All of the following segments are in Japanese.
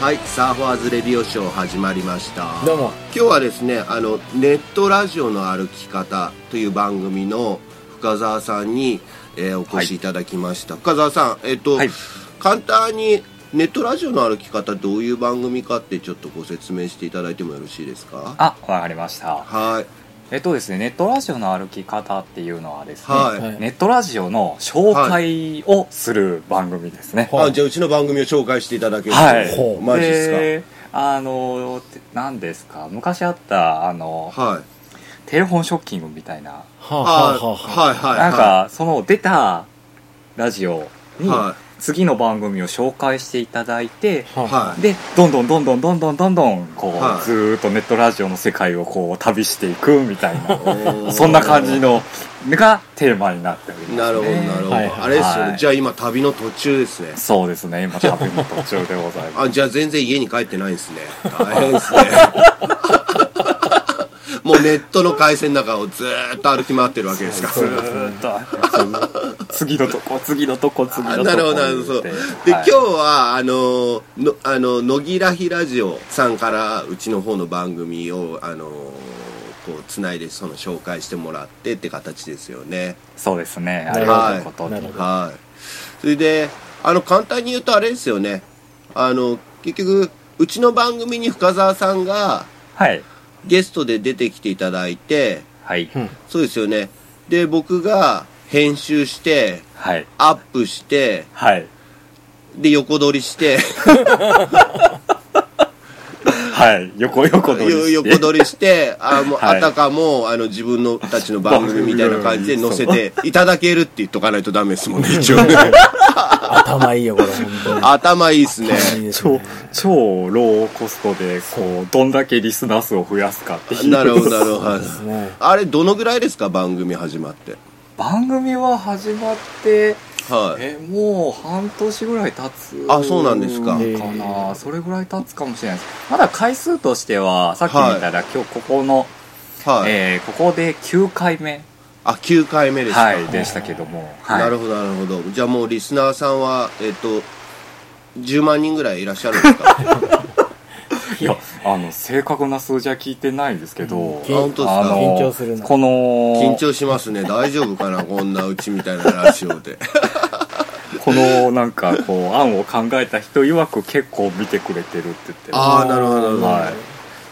はい、サーファーズレディオショー始まりました。どうも今日はですね、あのネットラジオの歩き方という番組の深澤さんに、えーお越しいただきました。深澤さん、えっ、と、はい簡単にネットラジオの歩き方どういう番組かってちょっとご説明していただいてもよろしいですか。あ、わかりました。はい、えっとですね、ネットラジオの歩き方っていうのはですね、はい。はいネットラジオの紹介をする番組ですね。はいあじゃあうちの番組を紹介していただけるはいほうマジですであの、て何ですか、昔あった、あの、かはいテレフォンショッキングみたいな、はああはあはあはいはいなんか、その出たラジオに、は次の番組を紹介していただいて、はいはいで、どんどんどんどんどんどんどんどん、こう、はいずーっとネットラジオの世界をこう、旅していくみたいな。おーそんな感じのがテーマになっております、ね。なるほどなるほど、はいはいあれですよね、はいじゃあ今旅の途中ですねそうですね、今旅の途中でございまあじゃあ全然家に帰ってないですね大変ですね もうネットの回線の中をずーっと歩き回ってるわけですかす。ずーっと、次のとこ、次のとこ、次のあとこ。なるほどなるほどそうで言って今はい日はあのーのあの野木らひラジオさんからうちの方の番組をあのーこうつないでその紹介してもらってって形ですよねそうですね、あなりるほどがたいことになるほどはい。それで、あの、簡単に言うとあれですよね。あの、結局、うちの番組に深澤さんがはい。ゲストで出てきていただいて、はい。うんそうですよね。で、僕が編集して、はい。アップして、はい。で、横取りして、はい。横、横取りして。 横取りして、あもうはいあたかも、あの、自分のたちの番組みたいな感 じで載せていただけるって言っとかないとダメですもんね、一応ね。頭いいよこれ本当に頭いいっ すね。頭いいですね超、超ローコストで、こう、どんだけリスナー数を増やすかっていう。なるほど、なるほど。ですねあれ、どのぐらいですか、番組始まって。番組は始まって、はい。えもう半年ぐらい経つあそうなんですかかな、へーそれぐらい経つかもしれないですまだ回数としてはさっき見たら、今日ここの、はい。えーここで9回目あ、9回目ですか。はいでしたけども、はい、なるほほど、なるほど。じゃあもう、リスナーさんは、えっと、10万人ぐらいいらっしゃるんですか どいやあの正確な数字は聞いてないんですけど、け本当ですあかの緊張するなこの緊張しますね。大丈夫かな、こんなうちみたいなラジオで。 このなんかこう 案を考えた人曰く結構見てくれてるって言ってあーなるほどなるほどはい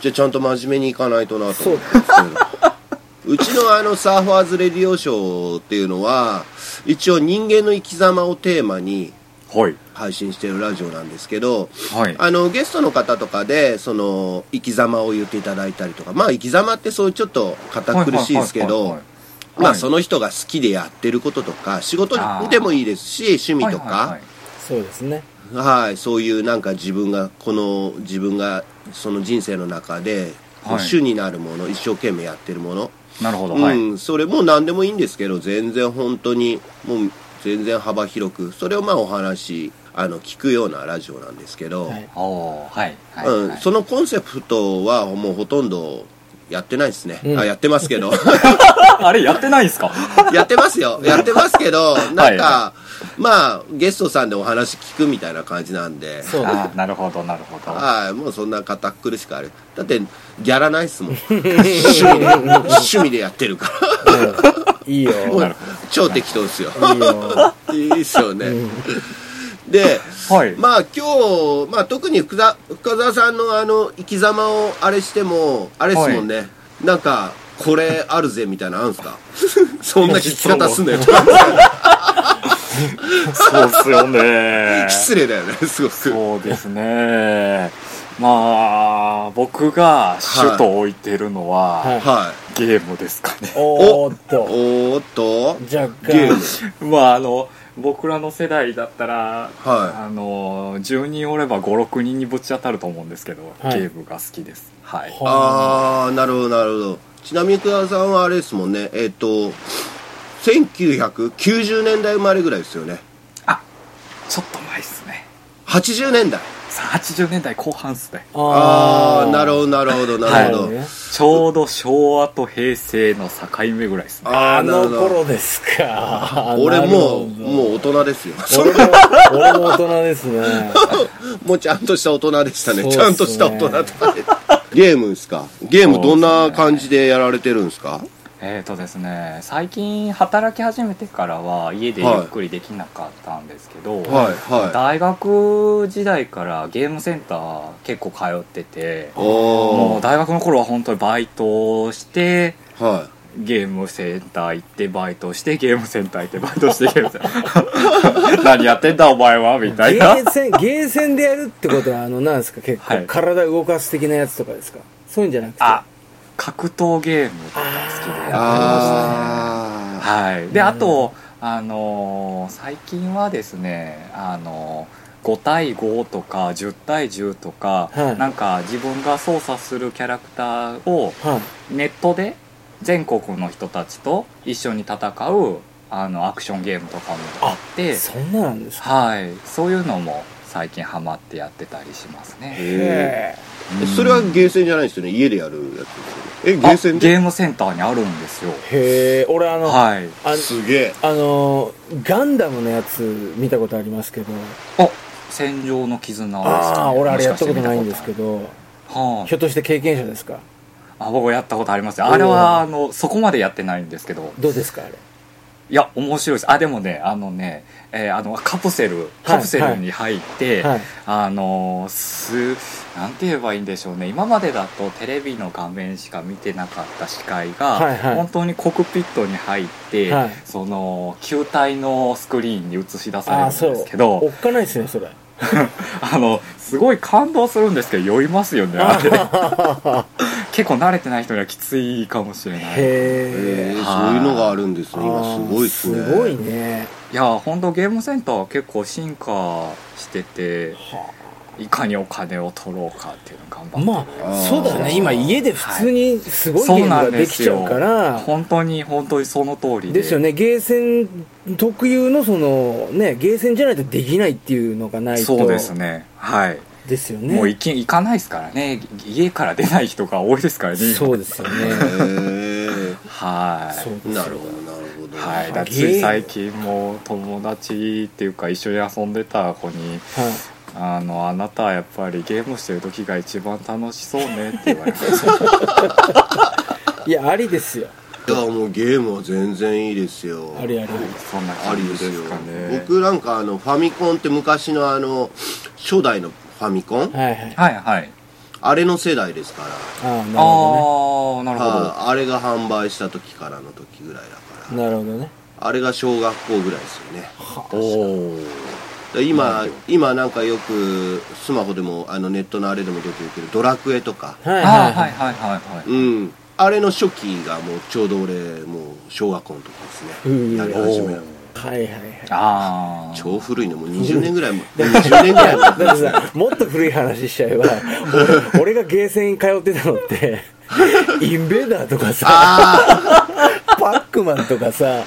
じゃあ、ちゃんと真面目にいかないとなとそ思うってますけど。 うちのあのサーファーズレディオショーっていうのは一応人間の生き様をテーマにはい配信してるラジオなんですけど、はいあのゲストの方とかでその生き様を言っていただいたりとかまあ生き様ってそういうちょっと堅苦しいですけはいはいはいどはいまはあいその人が好きでやってることとか仕事でもいいですし趣味とはいはかいそうですねはいそういうなんか自分がこの自分がその人生の中ではい主になるもの一生懸命やってるものはいなるほど、はういんそれも何でもいいんですけど全然本当にもう全然幅広くそれをまあお話あの聞くようなラジオなんですけど。はいおーはいはい、うん、はいそのコンセプトはもうほとんどやってないですね、うんあやってますけど あれやってないんすかやってますよやってますけ どなんか、はいはまあゲストさんでお話聞くみたいな感じなんでそうあーなるほどなるほどはいもうそんな堅苦しくあれだってギャラないっすもん 趣味で 趣味でやってるかうんいいよらもなうるほ超適当ですよいいよ いいっすよね、うんではい、まあ今日、まあ、特に福田深澤さんのあの生き様をあれしてもあれですもんね、なんかこれあるぜみたいなのあるんすかそんな聞き方すんのよそうっすよね 失礼だよねすごくそうですねまあ僕が主と置いてるのは、はいはいゲームですかね おーっとおーっと若ゲー干ムまああの僕らの世代だったら、はあの10人おれば56人にぶち当たると思うんですけど、はいゲームが好きですはいはああなるほどなるほどちなみに福田さんはあれですもんねえっ、と1990年代生まれぐらいですよねちょっと前っすね80年代さん80年代後半っすねああなるほどなるほどなるほど、はいちょうど昭和と平成の境目ぐらいですねあああなるのほど頃ですか。 俺もうなるほどもう大人ですよ俺も、俺も大人ですね。 もうちゃんとした大人でしたねそうっすちねゃんとした大人だったねゲームですかゲームどんな感じでやられてるんですかえーとですね最近働き始めてからは家でゆっくりできなかったんですけど、はいは大学時代からゲームセンター結構通ってていもおうー大学の頃は本当にバイトをしてはゲームセンター行ってバイトしてゲームセンター行ってバイトしてゲームセン ター何やってんだお前はみたいゲなーセン、ゲーセンでやるってことは、あの、なんですか、結は構、い体動かす的なやつとかですかそういうんじゃなくて。あ格闘ゲームとか好きでやいってましたねああはいでなあるほとあのー最近はですねあのー5対5とか10対10とか、はいなんか自分が操作するキャラクターをはい。ネットで全国の人たちと一緒に戦うあのアクションゲームとかもあってそんななんですかはいそういうのも最近ハマってやってたりしますねへへえそれはゲーセンじゃないですよね家でやるやつですよねえゲーセンあでゲームセンターにあるんですよえ。へえ、俺あの、あはいすげえあの、ガンダムのやつ見たことありますけど、あ戦場の絆ですああ、俺あれやったことないんですけどど、はいひょっとして経験者ですかあ僕やったことありますよあれはあのそこまでやってないんですけどどうですかあれ。いや面白いですあでもねあのね、えーあのカプセルカプセルに入って、はい。あのすなんて言えばいいんでしょうね今までだとテレビの画面しか見てなかった視界が、はいはい本当にコクピットに入って、はいその球体のスクリーンに映し出あさあ、れそるんでうすけ。おどっかないですね、それ。あのすごい感動するんですけど酔いますよね あれ結構慣れてない人にはきついかもしれないえへえ。ーそういうのがあるんですね今あすーごいっすねすごいね。いや本当ゲームセンターは結構進化してていかにお金を取ろうかっていうのを頑張ってまああーそうだね今家で普通にすごいゲームができちゃうから、本当に本当にその通りでですよねゲーセン特有のそのねゲーセンじゃないとできないっていうのがないとそうですねはい、ですよもうね行き行かないですからね家から出ない人が多いですからねそううですよねへ はそうですえよなるほどなるほどいはい、だだつい最近も友達っていうか一緒に遊んでた子にはい「あのあなたはやっぱりゲームしてる時が一番楽し そうね」って言われましたいやありですよいやもうゲームは全然いいですよありありそんなあ感りじでですよすかね僕なんかあのファミコンって昔のあの初代のファミコンはいはいはいはいあれの世代ですからああなるほああなるほどああれが販売した時からの時ぐらいだかどらねなるほどねあれが小学校ぐらいですよねおおで今なるほ今なんかよくスマホでもあのネットのあれでもよく言うけどドラクエとかはいあはーいははいいはいはいはいうんあれの初期がもうちょうど俺もう小学校の時ですうーねんやり始めたのはいはいはいああ超古いねもう20年ぐらいも20年ぐ らいだもってさもっと古い話しちゃえ ば俺俺がゲーセン通ってたのってインベーダーとかさあパックマンとかさあ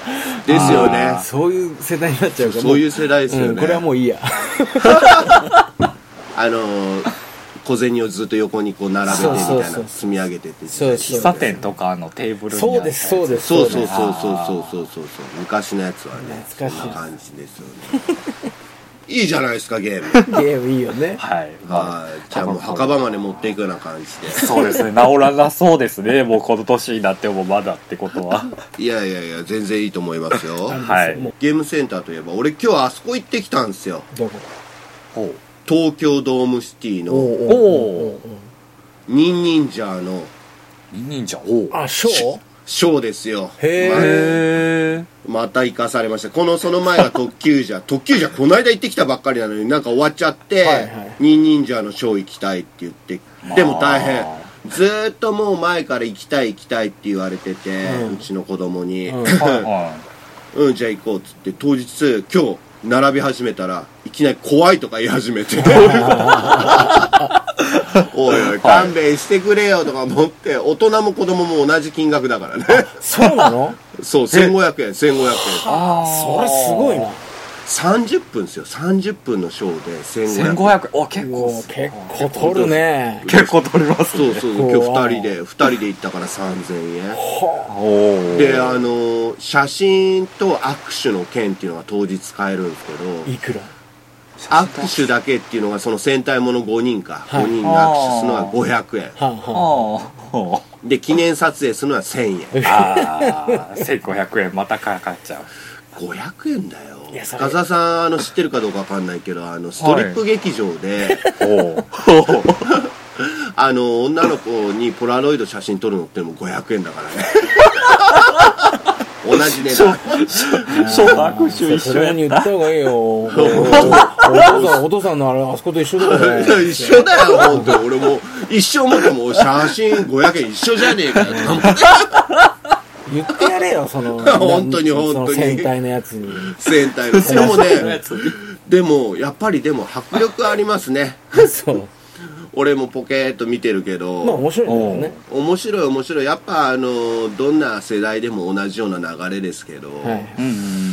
ですよねそういう世代になっちゃうからそういう世代ですよね、うんこれはもういいやあのー小銭をずっと横にこう並べてみそたうそういそなう積み上げてってそうそそう喫茶店とかのテーブルにそうですそうですすうそうですそうそうそうそうそうそう昔のやつはね懐かしいそんな感じですよねいいじゃないですかゲームゲームいいよねはいはいじゃあもう墓場まで持っていくような感じそうですね治らなそうですね もうこの年になってもまだってこと はでいやいやいや全然いいと思いますよはいもうゲームセンターといえば俺今日あそこ行ってきたんですよどこほ東京ドームシティのうおおニンニンジャーの忍者おあショーショーですよへーまあへえまた行かされましたこのその前 が特急じゃ特急じゃこの間行ってきたばっかりなのになんか終わっちゃってはいはいニンニンジャーのショー行きたいって言ってまあでも大変ずーっともう前から行きたい行きたいって言われてて、ううんちの子供に、ううんんはいはじゃあ行こうっつって当日今日並び始めたらいきなり怖いとか言い始 めておいおい勘弁してくれよとか思って大人も子供も同じ金額だからねそうなのそう1500円1500円あーそれすごいな30分ですよ30分のショーで1500 1500お結う構わ結構取るね結構取りますそうねそうこ今う日2人で2人で行ったから3000円おーであの写真と握手の券っていうのが当日買えるんですけどいくら握手だけっていうのがその戦隊もの5人か、はい5人が握手するのは500円はああはーで記念撮影するのは1000円あー1500円またかかっ ちゃう500円だよいやそれ深澤さんあの知ってるかどうかわかんないけどあのストリップ劇場で、おーあの女の子にポラロイド写真撮るのってもう500円だからね 同じ値段そう握手あ一そ緒れやに言っったた方がいいよおおお父さんお 父さんのあれあそこと一緒だよ ね一緒だよ本当俺も一生思っても写真500円一緒じゃねえかよなんか言ってやれよその本当にその本当に戦隊のやつに戦隊のでもねつでもやっぱりでも迫力ありますねそう俺もポケーっと見てるけまあど面白いんだよね面白い面白いやっぱあのどんな世代でも同じような流れですけど、はいうんうん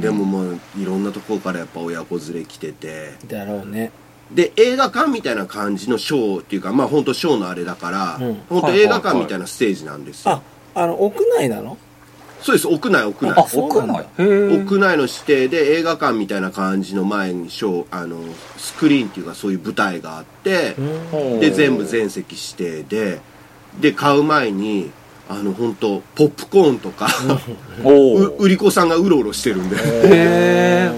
でももういろんなところからやっぱ親子連れ来ててだろうねで映画館みたいな感じのショーっていうかまあ本当ショーのあれだから、うん本当はいはいはい映画館みたいなステージなんですよ、ああの屋内なのそうです屋内屋あ内そう屋なんだ内へー屋内の指定で映画館みたいな感じの前にショーあのスクリーンっていうかそういう舞台があって、で全部全席指定でで買う前にあの本当ポップコーンとか、おうお売り子さんがうろうろしてるんでへ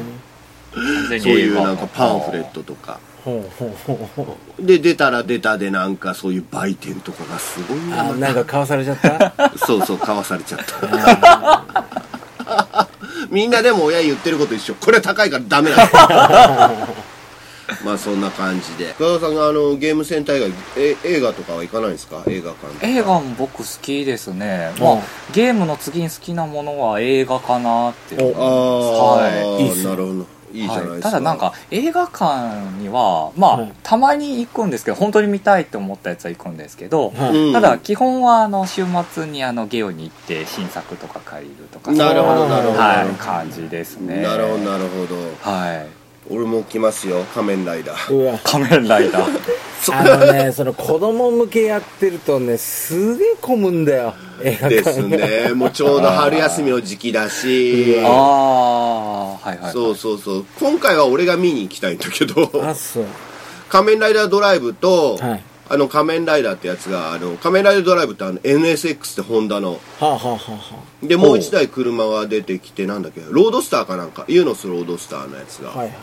そういうなんかパンフレットとかほうほうほうほで出たら出たでなんかそういう売店とかがすごいうなあなんか買わされちゃったそうそう買わされちゃったみんなでも親言ってること一緒これ高いからダメだ まあそんな感じで深田さんがあのゲームセンター以外え映画とかは行かないんですか映画館映画も僕好きですね、まあうんゲームの次に好きなものは映画かなっていうああ、はいいいっすねなるほどいいじゃないですか、はい、ただなんか映画館にはまあ、はいたまに行くんですけど本当に見たいと思ったやつは行くんですけど、はういんただ基本はあの週末にあのゲオに行って新作とか借りるとかなるほどなるほど、はい、感じですねなるほどなるほどはい俺も来ますよ仮面ライダ ーうわ仮面ライダーあのねその子供向けやってるとねすげえ混むんだよ映画で館すねもうちょうど春休みの時期だし ああはいはいそうそうそう今回は俺が見に行きたいんだけどあそう仮面ライダードライブと、はいあの仮面ライダーってやつがあの仮面ライダードライブってあの NSX ってホンダのはあはあはあはでもう一台車が出てきてなんだっけロードスターかなんかユーノスロードスターのやつが、あはいはい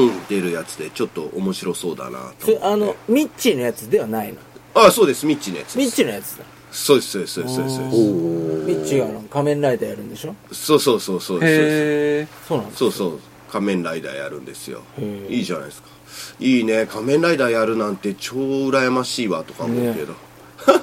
うん出るやつでちょっと面白そうだなそれとあのミッチーのやつではないのああそうですミッチーのやつミでッすチーのやつだそうですそうですそうですそうですそうですミッチーがあの仮面ライダーやるんでしょそうそうそうそうですそうですへえそうなんですそうそう仮面ライダーやるんですよへーいいじゃないですかいいね仮面ライダーやるなんて超羨ましいわとか思うけど、 あ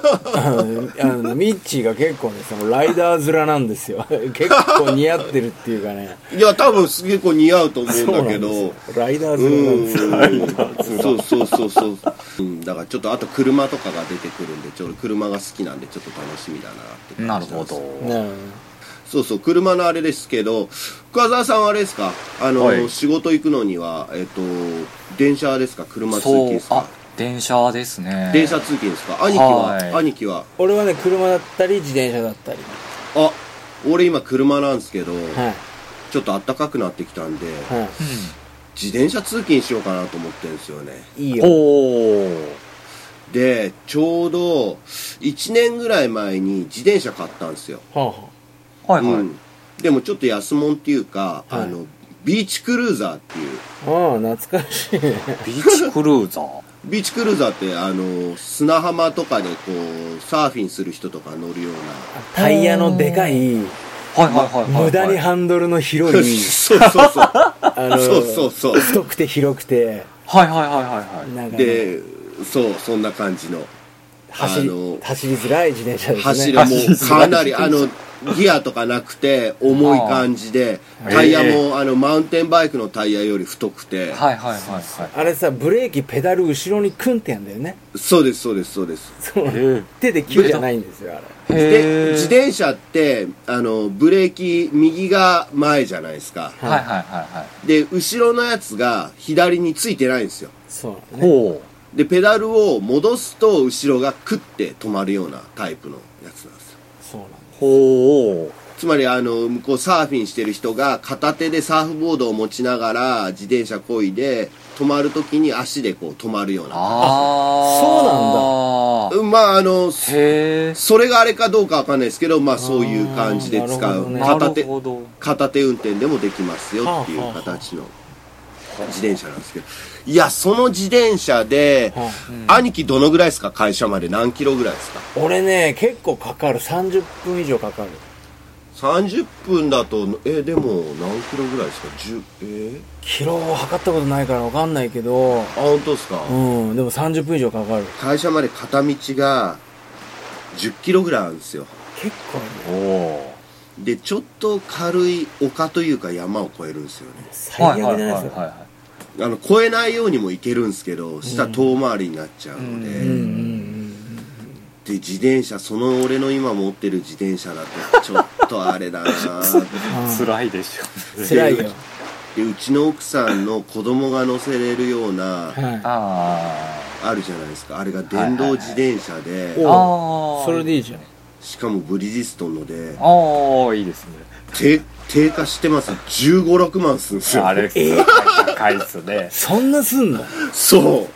のミッチーが結構ねそのライダー面なんですよ 結構似合ってるっていうかねいや多分すげえこう似合うと思うんだけどそうなんですよライダーう面なんですよんそうそうそうそう、うん、だからちょっとあと車とかが出てくるんでちょっと車が好きなんでちょっと楽しみだなって感じなんるですほどなるそうそう車のあれですけど深澤さんはあれですかあの、はい仕事行くのにはえっと電車ですか車通勤そうですあか電車ですね電車通勤ですか兄貴は、はい兄貴は俺はね車だったり自転車だったりあ俺今車なんですけど、はいちょっと暖かくなってきたんで、は自転車通勤しようかなと思ってるんですよねいいいうんよおおでちょうど1年ぐらい前に自転車買ったんですよ、はあははいはい、うん、でもちょっと安物っていうか、はいあのビーチクルーザーっていうあああ懐かしいねビーチクルー ザービーチクルーザーってあの砂浜とかでこうサーフィンする人とか乗るようなタイヤのでかいはいはいはいはい、はい、無駄にハンドルの広 い そうそうそうあのそうそうそう太くて広くてはいはいはいはいはいなんかねでそうそんな感じの走あのり走りづらい自転車ですね 走るもうかなりあのギアとかなくて重い感じであータイヤも、えあのマウンテンバイクのタイヤより太くて、はいはいはいはいあれさブレーキペダル後ろにクンってやんだよね そうですそうですそうですそうえ手で急じゃないんですよあれでへー自転車ってあのブレーキ右が前じゃないですかはいはいはいはで後ろのやつが左についてないんですよそうなのいねほでペダルを戻すと後ろがクッて止まるようなタイプのやつなんですよそうなのうほつまりあの向こうサーフィンしてる人が片手でサーフボードを持ちながら自転車こいで止まるときに足でこう止まるよううなああそうなんだうんまああのそへえそれがあれかどうかわかんないですけどまあそういう感じで使あう、ーなるほ片手なるほど片手運転でもできますよっていう形の自転車なんですけどいやその自転車で、は兄貴どのぐらいですか会社まで何キロぐらいですか俺ね結構かかる30分以上かかる30分だとえでも何キロぐらいですか10えー、キロを測ったことないからわかんないけどあ本当ですか、うんでも30分以上かかる会社まで片道が10キロぐらいあるんですよ結構ねおおでちょっと軽い丘というか山を越えるんですよね最悪じゃないですかいあの越えないようにも行けるんですけど下遠回りになっちゃうので、うんうんうんで自転車その俺の今持ってる自転車だとちょっとあれだなぁ辛いでしょ辛いよでうちの奥さんの子供が乗せれるようなはああるじゃないですかあれが電動自転車で、いーおあいそーれでいいじゃんしかもブリヂストンのでああいいですねて定価してます1 5 6万するんですよあれ高いっすねそんなすんのそう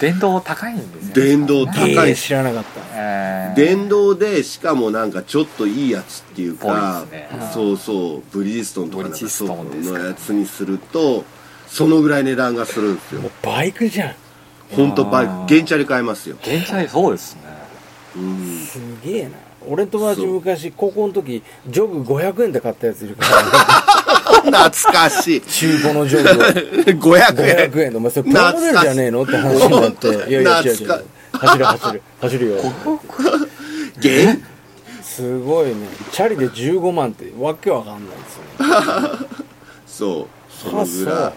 電動高いんですよね電動高いええ知らなかったえー電動でしかもなんかちょっといいやつっていうかぽいですねそうそうブリヂストンとかなんブリかヂスそトンうですかのやつにするとそのぐらい値段がするんですよもうバイクじゃん本当バイクあー原チャリ買えますよ、現在そうですねうん、すげえな俺の友達昔高校の時ジョグ500円で買ったやついるから、ね、 懐かしい 中古のジョグを 500円500円でお前それプラモデルじゃねえのって話にな って懐かいやいや違う違懐かう走る走る走るよ 原すごいねチャリで15万ってわけわかんないですよねそうそのぐらい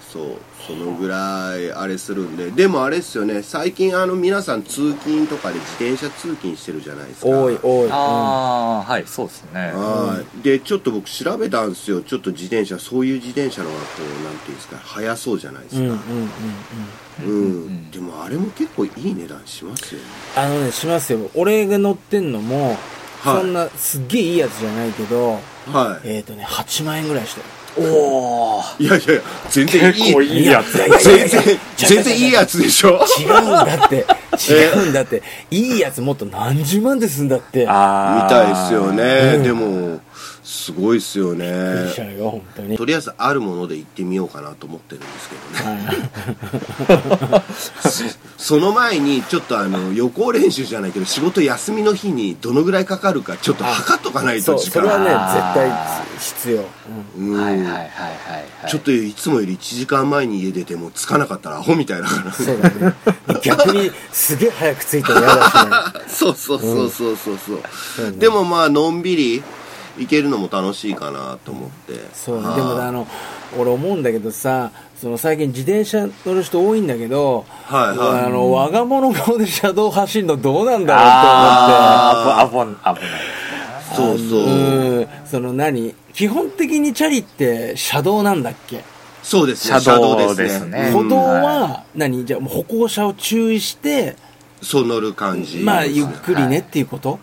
そうそのぐらいあれするんででもあれですよね最近あの皆さん通勤とかで自転車通勤してるじゃないですか多い多いああはいそうですねはいでちょっと僕調べたんですよちょっと自転車そういう自転車の方がこうなんていうんですか速そうじゃないでうんうんすうんうかんうんうん、でもあれも結構いい値段しますよねあのねしますよ俺が乗ってんのも、はいそんなすっげえいいやつじゃないけどはいえっ、ー、とね8万円ぐらいしてるおおいやいやいや全然いい結構いいやついやいやいや全然全然いいやつでしょ違うんだって違うんだっていいやつもっと何十万ですんだってびっあーみたいですよね、うんでもすごいですよくねりしちゃうよ本当にとりあえずあるもので行ってみようかなと思ってるんですけどね その前にちょっとあの予行練習じゃないけど仕事休みの日にどのぐらいかかるかちょっと測っとかないそとう時それは間ねあ絶対必要、うんはいはいはいはいはいちょっといつもより1時間前に家出てもつかなかったらアホみたいだからそうだね逆にすげえ早く着いても嫌だしねそうそうそうそうそうそう、そうねでもまあのんびり行けるのも楽しいかなと思ってそうはいでもあの俺思うんだけどさその最近自転車乗る人多いんだけど、はいはいあの我が物顔で車道走るのどうなんだろうって思ってああ危ない危ないそうそう、うんその何基本的にチャリって車道なんだっけ、そうですね車車道道ですねですねう歩ん道はは何じゃあもう歩行者を注意してそう乗る感じですね、まあゆっくりねっていうこと、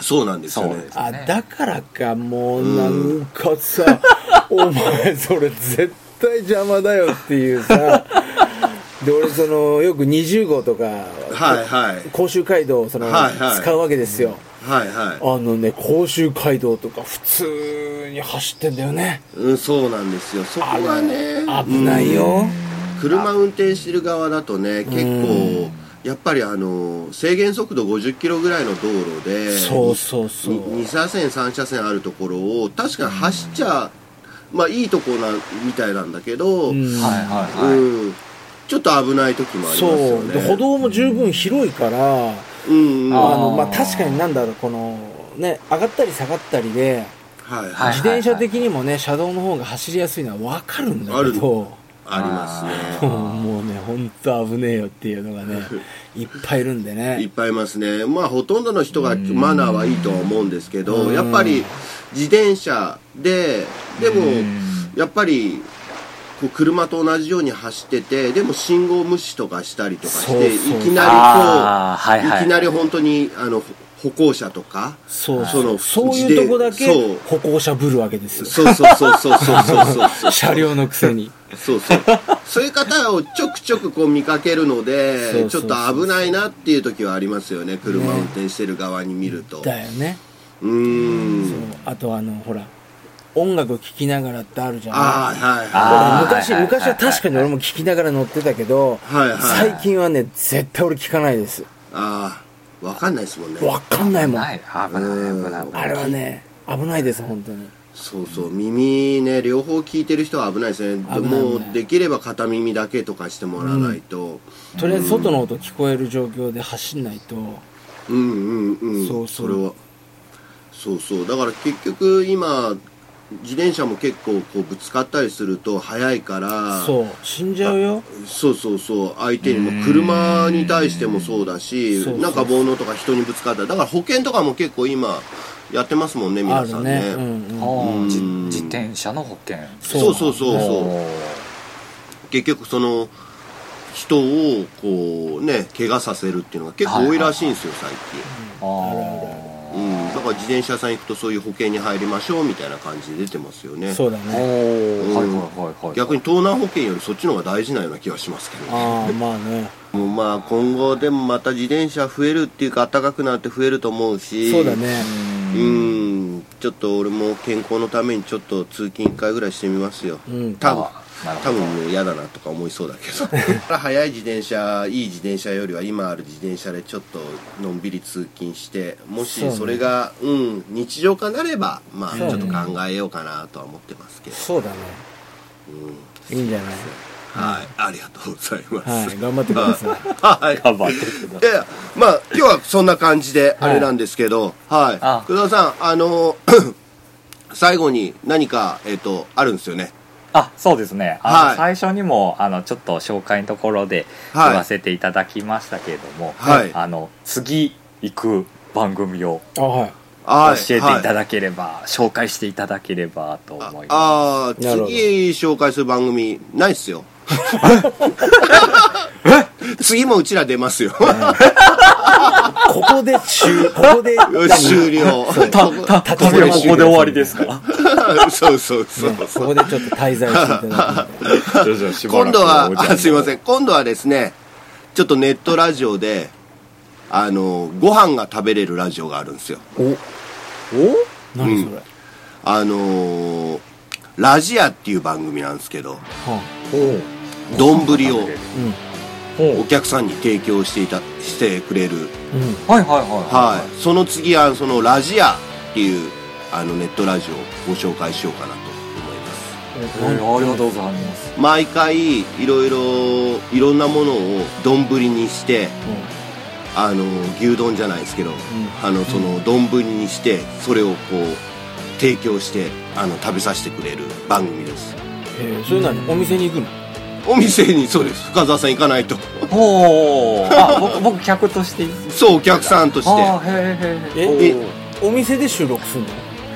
そうなんですよそうねですあねだからかもうなんかさ、お前それ絶対邪魔だよっていうさで俺そのよく20号とか、はいはい甲州街道をその、はいはい使うわけですよ、はいはあのね甲州街道とか普通に走ってんだよねい、うん、そうなんですよそこがね危ないよ、うん車運転してる側だとね結構やっぱりあの制限速度50キロぐらいの道路でそうそうそう2車線3車線あるところを確かに走っちゃまあいいとこなみたいなんだけど、うんはいはいはいうんちょっと危ない時もありますそよねうで歩道も十分広いから、うんうんああーのまあ確かになんだろうこのね、上がったり下がったりで、はいはいはい自転車的にもね、車道の方が走りやすいのは分かるんだけ ど、ありますあねもうね、ほんと危ねえよっていうのが ね、いっぱいいるんでいっね。ぱいいますねまあほとんどの人がマナーはいいとは思うんですけうどんやっぱり自転車ででもやっぱりこう車と同じように走っててでも信号無視とかしたりとかしてそうそういきなあーはりこいうはいいきなり本当にあの歩行者とかそうそそう。のそういうとこだけそう歩行者ぶるわけですよ。そうそうそうそうそうそうそうそう車両のくせに。そうそう そういう方をちょくちょくこう見かけるのでそうそうそうちょっと危ないなっていう時はありますよね車を運転してる側に見ると、だよね。うーんそうあとあの、ほら、音楽聴きながらってあるじゃん。ああはいだはからあー昔、はいはいはいはい昔は確かに俺も聞きながら乗ってたけど、はいはい最近はね、絶対俺聞かないです。いああわかんないですもんねわかんないもん。ない危ない危ない危ないあれはね、危ないです、本当に。そうそう耳ね両方聞いてる人は危ないですね危ない危ないもうできれば片耳だけとかしてもらわないと、とりあえず外の音聞こえる状況で走んないと、うん、うんうんそうそうれはそうそうだから結局今自転車も結構こうぶつかったりすると速いからそう、死んじゃうよ。そうそうそう相手にも車に対してもそうだしそうそうなんか煩悩とか人にぶつかったりだから保険とかも結構今やってますもんねあ皆さるんねね。うんうんあーじうん自転車の保険そうそうそうおそうー結局その人をこうね怪我させるっていうのが結構多いらしいんですよ最あある近、うん、だから自転車屋さん行くとそういう保険に入りましょうみたいな感じで出てますよねそうだーね。おーはいうんはいはいはい逆に盗難保険よりそっちの方が大事なような気はしますけどねああ、まあね。もうまあ今後でもまた自転車増えるっていうか暖かくなって増えると思うしそうだね。うーんちょっと俺も健康のためにちょっと通勤1回ぐらいしてみますよ、うん多分あなるほ多ど分もう嫌だなとか思いそうだけど早い自転車いい自転車よりは今ある自転車でちょっとのんびり通勤してもそうしねそれがう、ん、日常化なればまあそうちねょっと考えようかなとは思ってますけど、そうだね。うんいいんじゃないはいありがとうございます、はい、頑張ってください。 はい頑張ってくだで、まあ、今日はそんな感じで、あれなんですけど、はい。あ工藤さん、あの最後に何か、えっ、と、あるんですよね。あそうですねあの、はい最初にもあのちょっと紹介のところで言はいわせていただきましたけれども、はいあの次行く番組をあ、はい。は教えていたはいだければ、紹介していただければと思いまああー、なるほど次紹介する番組、ないっすよ。次もうちら出ますよ。ここで中、こ こで、終了。すたたたここでここで終わりですかそうそうそうねここでちょっと滞在していただくんで。今度は、あすいませんん、今度はですね、ちょっとネットラジオで、あの、ご飯が食べれるラジオがあるんですよ。お何それ、あのーラジアっていう番組なんですけど、は丼をあ、うん。お客さんに提供していた、してくれる。うん。はいはいははい。その次は、そのラジアっていう、あの、ネットラジオをご紹介しようかなと思います。いはい、はい、ありがとうございます毎回、いろいろ、いろんなものを丼にして、あの牛丼じゃないですけど、あのその丼にしてそれをこう提供してあの食べさせてくれる番組ですえー、それなにお店に行くのお店にそうです深澤さん行かないとおーあ僕僕客としてそうお客さんとしてあーへーへーへーえお店で収録するの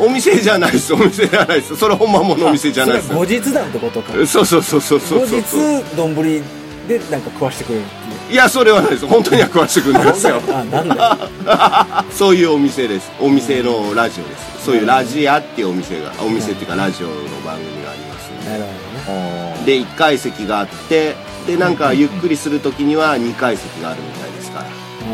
お店じゃないですお店じゃないですそれほんまものお店じゃないでそれは後日談ってことかすそうそうそうそうそうそう後日丼でなんか食わしてくれるっていいうやそれはないです本当には食わしてくれないですよあなんだよそういうお店ですお店のラジオですそういうラジアっていうお店がお店っていうかラジオの番組がありますんでなるほどねおで1階席があってでなんかゆっくりする時には2階席があるみたいですからー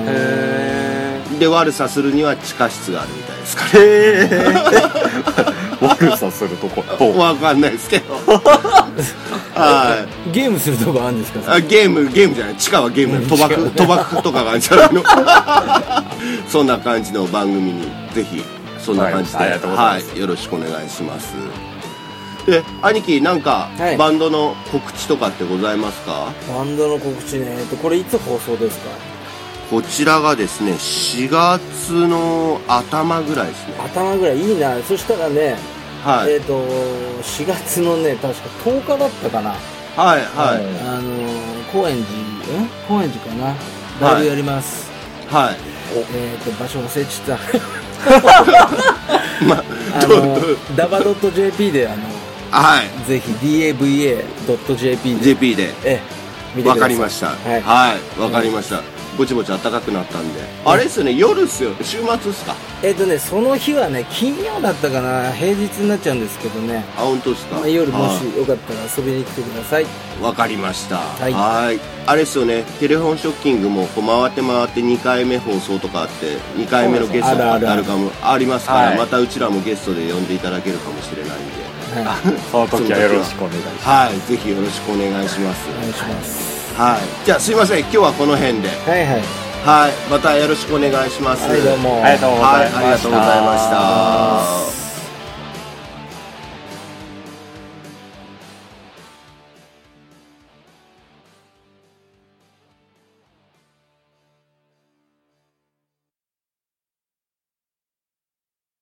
へで悪さするには地下室があるみたいですかーへー悪さするとこらとわかんないですけ どはいうんゲームするとこあるんですかあゲームゲームじゃない地下はゲーム賭博賭博とかがあるんじゃないのそんな感じの 番組にぜひそんな感じで、わかりましたありがとうございますはい、よろしくお願いしますで兄貴なんか、はいバンドの告知とかってございますかバンドの告知ねえっとこれいつ放送ですかこちらがですね4月の頭ぐらいですね頭ぐらいいいなそしたらね、はい、えっ、と4月のね確か10日だったかな、はいはいあのー高円寺ん高円寺かなライブやります、はいえっ、と場所忘れちゃった ま どあうどうのダバ .jp であのはいぜひ DAVA.jp で JP でええ見てくださいわかりましたはい、はいわかりましたぼちぼち暖かくなったんであれっすよね夜っすよ週末っすかえっ、とねその日はね金曜だったかな平日になっちゃうんですけどね、あ本当っすまかあ、夜もはいしよかったら遊びに来てくださいわかりましたはいいあれですよねテレフォンショッキングもこう回って回って2回目放送とかあって2回目のゲストとかってあるかもありますからはいまたうちらもゲストで呼んでいただけるかもしれないんではいその時はよろしくお願いしますはいぜひよろしくお願いしますお願いしますはいじゃあすいません今日はこの辺ではいはいはいまたよろしくお願いしますはいどうもありがとうございましたはいありがとうございました